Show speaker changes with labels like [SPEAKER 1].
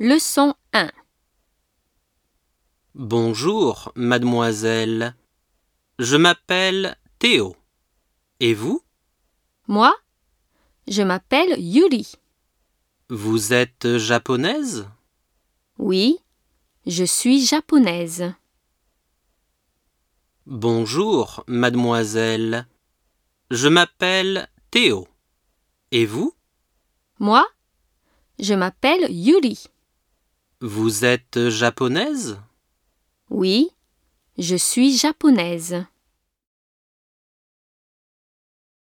[SPEAKER 1] Leçon 1.
[SPEAKER 2] Bonjour, mademoiselle. Je m'appelle Théo. Et vous
[SPEAKER 1] Moi, je m'appelle Yuri.
[SPEAKER 2] Vous êtes japonaise
[SPEAKER 1] Oui, je suis japonaise.
[SPEAKER 2] Bonjour, mademoiselle. Je m'appelle Théo. Et vous
[SPEAKER 1] Moi, je m'appelle Yuri.
[SPEAKER 2] Vous êtes japonaise
[SPEAKER 1] Oui, je suis japonaise.